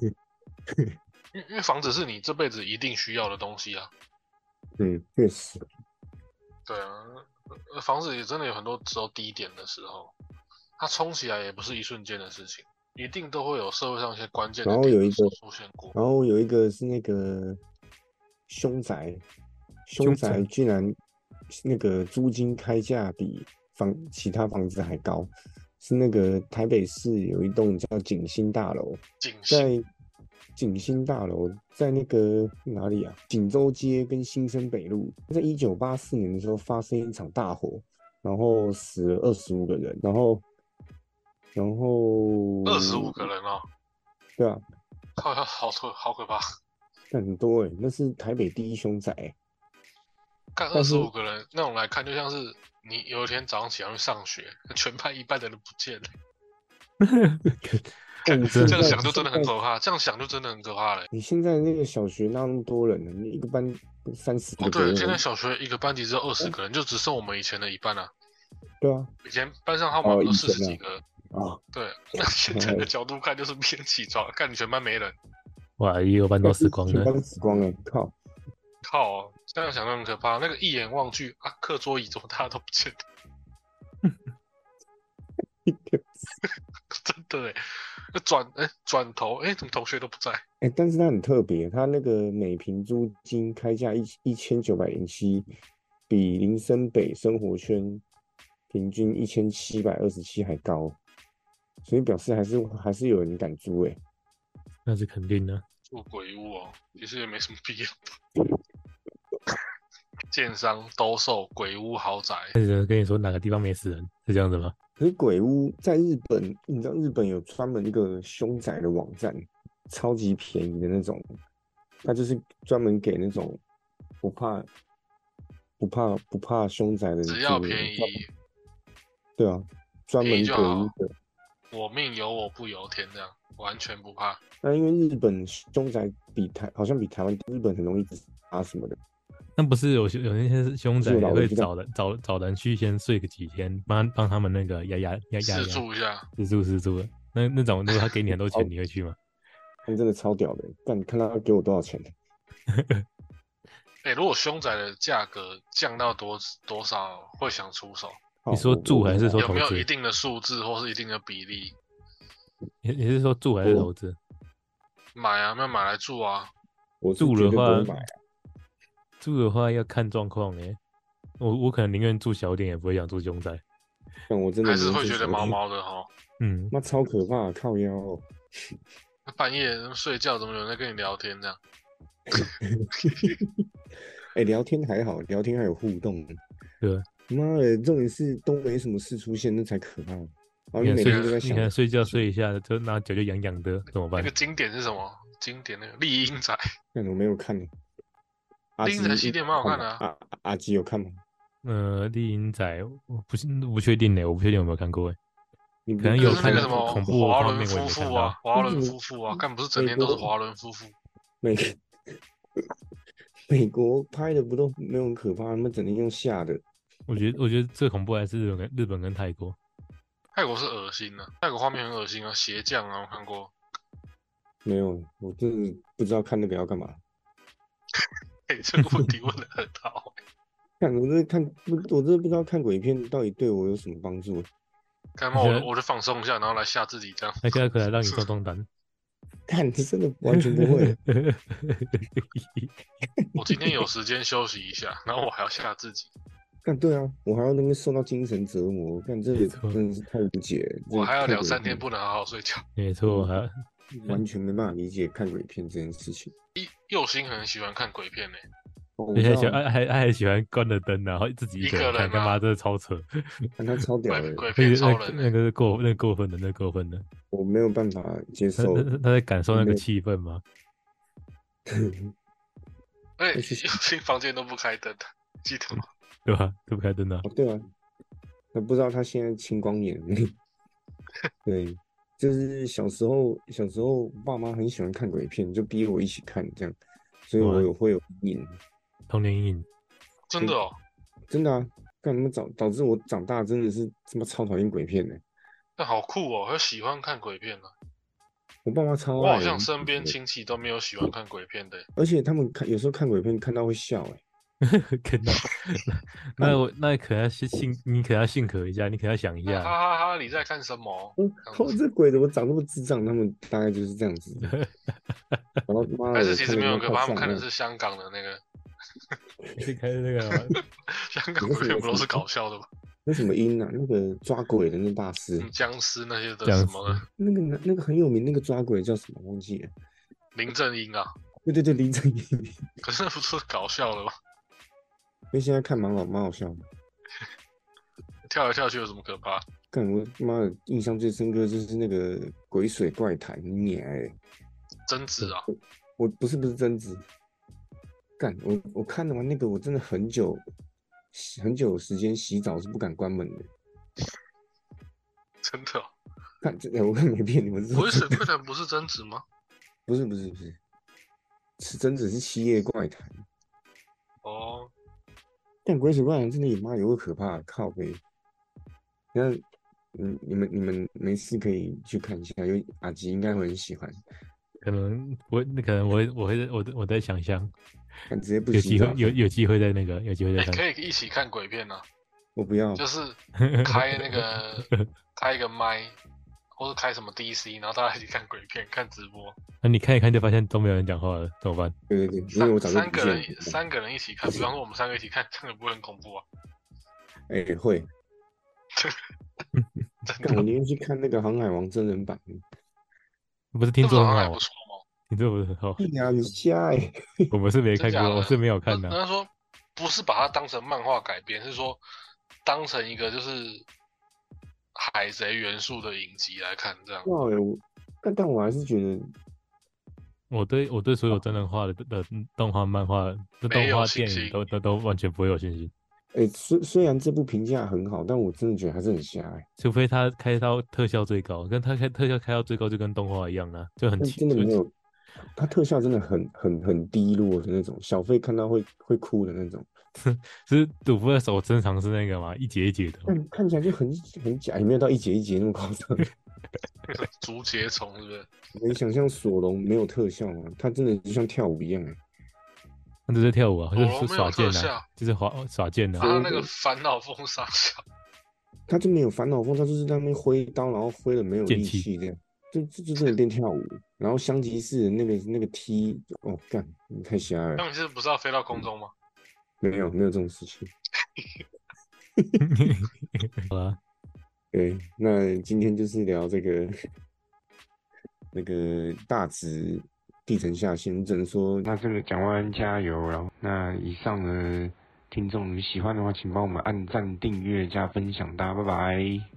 Speaker 2: 因为因为房子是你这辈子一定需要的东西啊。
Speaker 1: 嗯，确实，
Speaker 2: 对啊，那那房子也真的有很多时候低点的时候，它冲起来也不是一瞬间的事情，一定都会有社会上一些关键的
Speaker 1: 然后
Speaker 2: 点
Speaker 1: 有一
Speaker 2: 的时候
Speaker 1: 个
Speaker 2: 出现过。
Speaker 1: 然后有一个是那个凶宅，凶
Speaker 3: 凶宅
Speaker 1: 宅居然那个租金开价比房其他房子还高，是那个台北市有一栋叫景星大楼，
Speaker 2: 警醒，
Speaker 1: 在景星大楼，在那个哪里啊？锦州街跟新生北路，在一九八四年的时候发生一场大火，然后死了二十五个人，然后，然后
Speaker 2: 二十五个人哦，
Speaker 1: 对啊，
Speaker 2: 靠，好可好可怕！
Speaker 1: 干很多哎、那是台北第一凶宅欸、
Speaker 2: 干二
Speaker 1: 但是
Speaker 2: 十五个人那种来看，就像是你有一天早上起来去上学，全班一半的人不见了。
Speaker 1: 干
Speaker 3: 这
Speaker 2: 这
Speaker 1: 现
Speaker 2: 样
Speaker 1: 在
Speaker 2: 想就真的很
Speaker 1: 现在
Speaker 2: 可怕，这样想就真的很可怕嘞。
Speaker 1: 你现在那个小学哪有那么多人呢？你一个班三十
Speaker 2: 哦，
Speaker 1: 个左右
Speaker 2: 对，现在
Speaker 1: 人，
Speaker 2: 小学一个班级只有二十个人，就只剩我们以前的一半了、
Speaker 1: 对啊，
Speaker 2: 以前班上他们
Speaker 1: 哦
Speaker 2: 都
Speaker 1: 以
Speaker 2: 四
Speaker 1: 前啊
Speaker 2: 十几个人，
Speaker 1: 啊，
Speaker 2: 对。那现在的角度看，就是明天起床，看你全班没人，
Speaker 3: <laughs> 哇，也有半都死光
Speaker 1: 全 <laughs>
Speaker 3: 了。
Speaker 1: 班死光了，靠！
Speaker 2: 靠、哦，这样想就很可怕。那个一眼望去啊，课桌椅怎么大家都不见了？ <laughs> 真的哎，那转哎转头哎，怎么同学都不在？
Speaker 1: 哎、但是它很特别，它那个每平租金开价一一千九百零七，比林森北生活圈平均一千七百二十七还高，所以表示还是还是有人敢租哎、
Speaker 3: 那是肯定的、
Speaker 2: 住鬼屋哦，其实也没什么必要。建商兜售鬼屋豪宅，
Speaker 3: 但是跟你说哪个地方没死人，是这样子吗？
Speaker 1: 可是鬼屋在日本，你知道日本有专门一个凶宅的网站，超级便宜的那种，它就是专门给那种不怕不怕不怕凶宅的人
Speaker 2: 只要
Speaker 1: 住的
Speaker 2: 便宜，
Speaker 1: 专对啊，专
Speaker 2: 便
Speaker 1: 门
Speaker 2: 宜就
Speaker 1: 鬼屋
Speaker 2: 好
Speaker 1: 的。
Speaker 2: 我命由我不由天这样。完全不怕。
Speaker 1: 那因为日本凶宅比台好像比台湾日本很容易自杀什么的，
Speaker 3: 那不是有些有那些凶宅
Speaker 1: 是
Speaker 3: 也
Speaker 1: 老
Speaker 3: 会
Speaker 1: 人家
Speaker 3: 找人找找人去先睡个几天，帮帮他们那个压压压压
Speaker 2: 试
Speaker 3: 压
Speaker 2: 住一下，
Speaker 3: 自助自助的。那那种如果他给你很多
Speaker 1: 好
Speaker 3: 钱，你会去吗？
Speaker 1: 他们真的超屌的。但你看他给我多少钱？
Speaker 2: 哎、如果凶宅的价格降到多多少会想出手？
Speaker 1: 靠
Speaker 3: 你说
Speaker 1: 我我
Speaker 3: 住
Speaker 1: 不
Speaker 3: 还
Speaker 1: 知
Speaker 3: 是
Speaker 1: 道
Speaker 3: 说
Speaker 2: 有没有
Speaker 3: 投资
Speaker 2: 一定的数字或是一定的比例
Speaker 3: 你你是说住还是
Speaker 1: 我
Speaker 3: 投资？
Speaker 2: 买啊？没有买来住啊？
Speaker 1: 我是
Speaker 3: 住
Speaker 1: 绝
Speaker 3: 的
Speaker 1: 对不
Speaker 3: 话
Speaker 1: 会买啊，
Speaker 3: 住的话要看状况诶、我我可能宁愿住小一点，也不会想住凶宅。
Speaker 1: 但我真的
Speaker 2: 还是
Speaker 1: 没
Speaker 2: 会
Speaker 1: 这
Speaker 2: 觉得
Speaker 1: 手
Speaker 2: 毛
Speaker 1: 艺，
Speaker 2: 毛的哈？
Speaker 3: 嗯，
Speaker 1: 妈超可怕，靠腰哦。
Speaker 2: 那半夜睡觉怎么有人在跟你聊天这样？
Speaker 1: 哎、聊天还好，聊天还有互动。
Speaker 3: 对，
Speaker 1: 妈的，重点是都没什么事出现，那才可怕。然后
Speaker 3: 你
Speaker 1: 你
Speaker 3: 可能
Speaker 1: 每天
Speaker 3: 睡
Speaker 1: 都在
Speaker 3: 你
Speaker 1: 想
Speaker 3: 可，能睡觉睡一下，就那脚就痒痒的，怎么
Speaker 2: 那
Speaker 3: 办
Speaker 2: 个？经典是什么？经典那个丽英仔，
Speaker 1: 但我没有看呢。阿
Speaker 2: 丽英仔
Speaker 1: 基
Speaker 2: 系列蛮好看的啊
Speaker 1: 阿阿阿基有看吗？
Speaker 3: 呃，丽英仔，我不是不确定诶、欸我不确定有没有看过诶、
Speaker 1: 你不
Speaker 3: 可能
Speaker 1: 是
Speaker 3: 有
Speaker 2: 就是那
Speaker 3: 看
Speaker 2: 个
Speaker 3: 过
Speaker 2: 什
Speaker 3: 恐
Speaker 2: 么
Speaker 3: 怖的
Speaker 2: 华
Speaker 3: 画
Speaker 2: 伦
Speaker 3: 面我
Speaker 2: 夫
Speaker 3: 也没看
Speaker 2: 妇
Speaker 3: 到
Speaker 2: 啊，。华伦
Speaker 1: 嗯
Speaker 2: 夫妇啊，干不是整天都是华伦夫妇？
Speaker 1: 美国美国拍的不都没有很可怕，他们整天用吓的。
Speaker 3: 我觉得
Speaker 2: <laughs>
Speaker 3: 我觉得最恐怖还是日本跟日本跟泰国。
Speaker 2: 泰国是恶心的、泰国画面很恶心啊，鞋匠啊，我看过。 <laughs>
Speaker 1: 没有，我真的不知道看那个要干嘛。
Speaker 2: 哎、这个问题问的很好、
Speaker 1: 看我真的看，不我真的不知道看鬼片到底对我有什么帮助。
Speaker 2: 干嘛
Speaker 3: 你
Speaker 2: 我
Speaker 3: 觉得
Speaker 2: 就我就放松一下，然后来吓自己这样。
Speaker 3: 那现在可能让你中中
Speaker 2: <laughs>
Speaker 3: 单，。
Speaker 1: 看，这真的完全不会。
Speaker 2: 我今天有时间休息一下，然后我还要吓自己，
Speaker 1: 干对啊，我还要那边受到精神折磨，干这
Speaker 3: 没
Speaker 1: 也
Speaker 3: 错
Speaker 1: 真的是太无解了。
Speaker 2: 我还要
Speaker 1: 这个看
Speaker 2: 聊三
Speaker 1: 鬼
Speaker 2: 天，不能好好睡觉。
Speaker 3: 没
Speaker 1: 嗯
Speaker 3: 错，还有
Speaker 1: 片完全没办法理解看鬼片这件事情。
Speaker 2: 佑星很喜欢看鬼片呢、
Speaker 1: 哦、我
Speaker 3: 而且还
Speaker 1: 知
Speaker 3: 喜
Speaker 1: 道
Speaker 3: 欢
Speaker 1: 啊，
Speaker 3: 还还还喜欢关了灯，然后自己一个
Speaker 2: 一
Speaker 3: 人
Speaker 2: 个
Speaker 3: 看，
Speaker 2: 人啊
Speaker 3: 干嘛真的超扯，
Speaker 1: 看他超屌
Speaker 2: 鬼
Speaker 1: 的，
Speaker 2: 鬼
Speaker 3: 那
Speaker 2: 片
Speaker 3: 个
Speaker 2: 超
Speaker 3: 那个
Speaker 2: 人、
Speaker 3: 哎那
Speaker 2: 欸。
Speaker 3: 个是过那个过分的，那个过分的，
Speaker 1: 我没有办法接
Speaker 3: 他
Speaker 1: 受。
Speaker 3: 他他在感受那个气氛吗？呃
Speaker 2: 哎、
Speaker 1: 而且
Speaker 2: 佑 <laughs> 星房间都不开灯的，记得吗？
Speaker 3: 对吧？对不开灯啊，
Speaker 1: <laughs> 哦，对啊，那不知道他现在青光眼。 <laughs> 对，就是小时候，小时候爸妈很喜欢看鬼片，就逼我一起看这样，所以我
Speaker 3: 哇
Speaker 1: 有会有阴影。
Speaker 3: 童年阴影。
Speaker 2: 真的哦，
Speaker 1: 真的啊，干什么导导致我长大真的是他妈超讨厌鬼片的、
Speaker 2: 那好酷哦，还喜欢看鬼片呢、啊
Speaker 1: 我爸妈超
Speaker 2: 我
Speaker 1: 爱。
Speaker 2: 好像身边亲戚都没有喜欢看鬼片的、
Speaker 1: 而且他们看有时候看鬼片看到会笑哎、
Speaker 3: 看到，那那我那可能要是性，你可能要性格一下，你可能要想一
Speaker 2: 哈
Speaker 3: 下，
Speaker 2: 哈哈！你在看什么？
Speaker 1: 我靠，哦这鬼怎么长那么智障？他们大概就是这样
Speaker 2: <laughs>
Speaker 1: 子。然后他妈的，
Speaker 2: 还是其实没有
Speaker 1: 我
Speaker 2: 人
Speaker 1: 看
Speaker 2: 看，他
Speaker 1: 到
Speaker 2: 们看
Speaker 1: 快
Speaker 2: 的
Speaker 1: 上了
Speaker 2: 是香港的那个，
Speaker 3: 是开那个嘛
Speaker 2: 香港鬼片不都是搞笑的吗？
Speaker 1: 那什么音啊，那个抓鬼的那大师
Speaker 2: 什，么僵尸那些的
Speaker 3: 僵
Speaker 2: 什
Speaker 3: 尸
Speaker 2: 么的，
Speaker 1: 那个男那个很有名，那个抓鬼叫什么忘记了？
Speaker 2: 林正英啊，
Speaker 1: 对对对，林正英。 <laughs>
Speaker 2: 可是那不是搞笑的吗？ <laughs>
Speaker 1: 因为现在看蛮好蛮好笑的。
Speaker 2: 跳来跳去有什么可怕？
Speaker 1: 干我他妈的印象最深刻就是那个鬼水怪谈，你哎、
Speaker 2: 贞子啊，
Speaker 1: 我不是不是贞子，干我我看了完那个，我真的很久洗很久时间洗澡是不敢关门的。
Speaker 2: 真的哦、
Speaker 1: <laughs> 看这、哎我看没骗你们，是
Speaker 2: 鬼水怪谈不是贞子吗？
Speaker 1: <laughs> 不是不是不是，是贞子是七夜怪谈，
Speaker 2: 哦，
Speaker 1: 但鬼水怪谈真的也妈有个可怕，靠背。那你你们你们没事可以去看一下，因为阿吉应该会很喜欢。
Speaker 3: 可能我那可能我会我会我我在想象，
Speaker 1: 但直接不
Speaker 3: 有
Speaker 1: 洗
Speaker 3: 机
Speaker 1: 澡
Speaker 3: 会，有有机会在那个有机会
Speaker 2: 也
Speaker 3: 在看，
Speaker 2: 哎可以一起看鬼片啊，
Speaker 1: 我不要。
Speaker 2: 就是
Speaker 3: <laughs>
Speaker 2: 开那个开一个麦，或者开什么 DC，然后大家一起看鬼片、看直播，
Speaker 3: 那你看一看就发现都没有人讲话了，怎么办？
Speaker 1: 对对对，因为我
Speaker 2: 三
Speaker 1: 早就
Speaker 2: 三
Speaker 1: 不
Speaker 2: 个
Speaker 1: 见了
Speaker 2: 人三个人一起看，比方说我们三个一起看， <laughs> 这样也不会很恐怖啊？
Speaker 1: 哎、
Speaker 2: <laughs>
Speaker 1: 会，
Speaker 3: <laughs>
Speaker 2: 真
Speaker 1: 但我
Speaker 2: 的，
Speaker 1: 宁愿去看那个《航海王》真人版。 <laughs>
Speaker 3: 不是听
Speaker 2: 这
Speaker 3: 说
Speaker 2: 好
Speaker 3: 很
Speaker 2: 像还
Speaker 3: 好
Speaker 2: 不，错哦。
Speaker 3: 听说不是很
Speaker 1: <laughs>
Speaker 3: 好，
Speaker 1: 对呀，你瞎哎、
Speaker 3: 我们是没看
Speaker 2: 真假
Speaker 3: 过，我
Speaker 2: 的嗯
Speaker 3: 是没有看的
Speaker 2: 人。家说不是把它当成漫画改编，是说当成一个就是海贼元素的影集来看，这样
Speaker 1: 哇哎、我但但我还是觉得
Speaker 3: 我对我对所有真人化的的的动画、漫画、的
Speaker 2: 没
Speaker 3: 动
Speaker 2: 有
Speaker 3: 画
Speaker 2: 信
Speaker 3: 电影
Speaker 2: 心
Speaker 3: 都都都完全不会有信心。
Speaker 1: 哎、虽虽然这部评价很好，但我真的觉得还是很瞎哎、
Speaker 3: 除非他开到特效最高，跟他开特效开到最高就跟动画一样啊，就很
Speaker 1: 但
Speaker 3: 奇
Speaker 1: 真的没
Speaker 3: 就
Speaker 1: 有，它特效真的很很很低落的那种，小费看到会会哭的那种，
Speaker 3: 是赌博的手珍藏是那个嘛，一节一节的嘛，
Speaker 1: 嗯看看起来就很很假，也没有到一节一节那么夸
Speaker 3: <laughs>
Speaker 1: 张。
Speaker 2: 竹节虫是不是？
Speaker 1: 你能想象索隆没有特效吗？他真的就像跳舞一样哎、
Speaker 3: 那只是跳舞啊，
Speaker 2: 索隆哦
Speaker 3: 就是
Speaker 2: 没
Speaker 3: 耍
Speaker 2: 有
Speaker 3: 剑
Speaker 2: 特
Speaker 3: 啊
Speaker 2: 效，
Speaker 3: 就是耍耍剑
Speaker 2: 他
Speaker 3: 啊，
Speaker 2: 那个烦恼风沙 <laughs> 小，
Speaker 1: 他就没有烦恼过，他就是在那边挥刀，然后挥的没有
Speaker 3: 剑
Speaker 1: 力
Speaker 3: 气
Speaker 1: 气这样，就就就真的变跳舞。然后香吉士的那个那个踢，哦干，你太瞎
Speaker 2: 他
Speaker 1: 了，
Speaker 2: 们是不是要飞到空中吗？
Speaker 1: 没有没有这种事情。
Speaker 3: 好啦，
Speaker 1: 对，那今天就是聊这个那个大直地层下陷，只能说那这个蒋万安加油。然后，那以上的听众，你喜欢的话，请帮我们按赞、订阅、加分享，大家拜拜。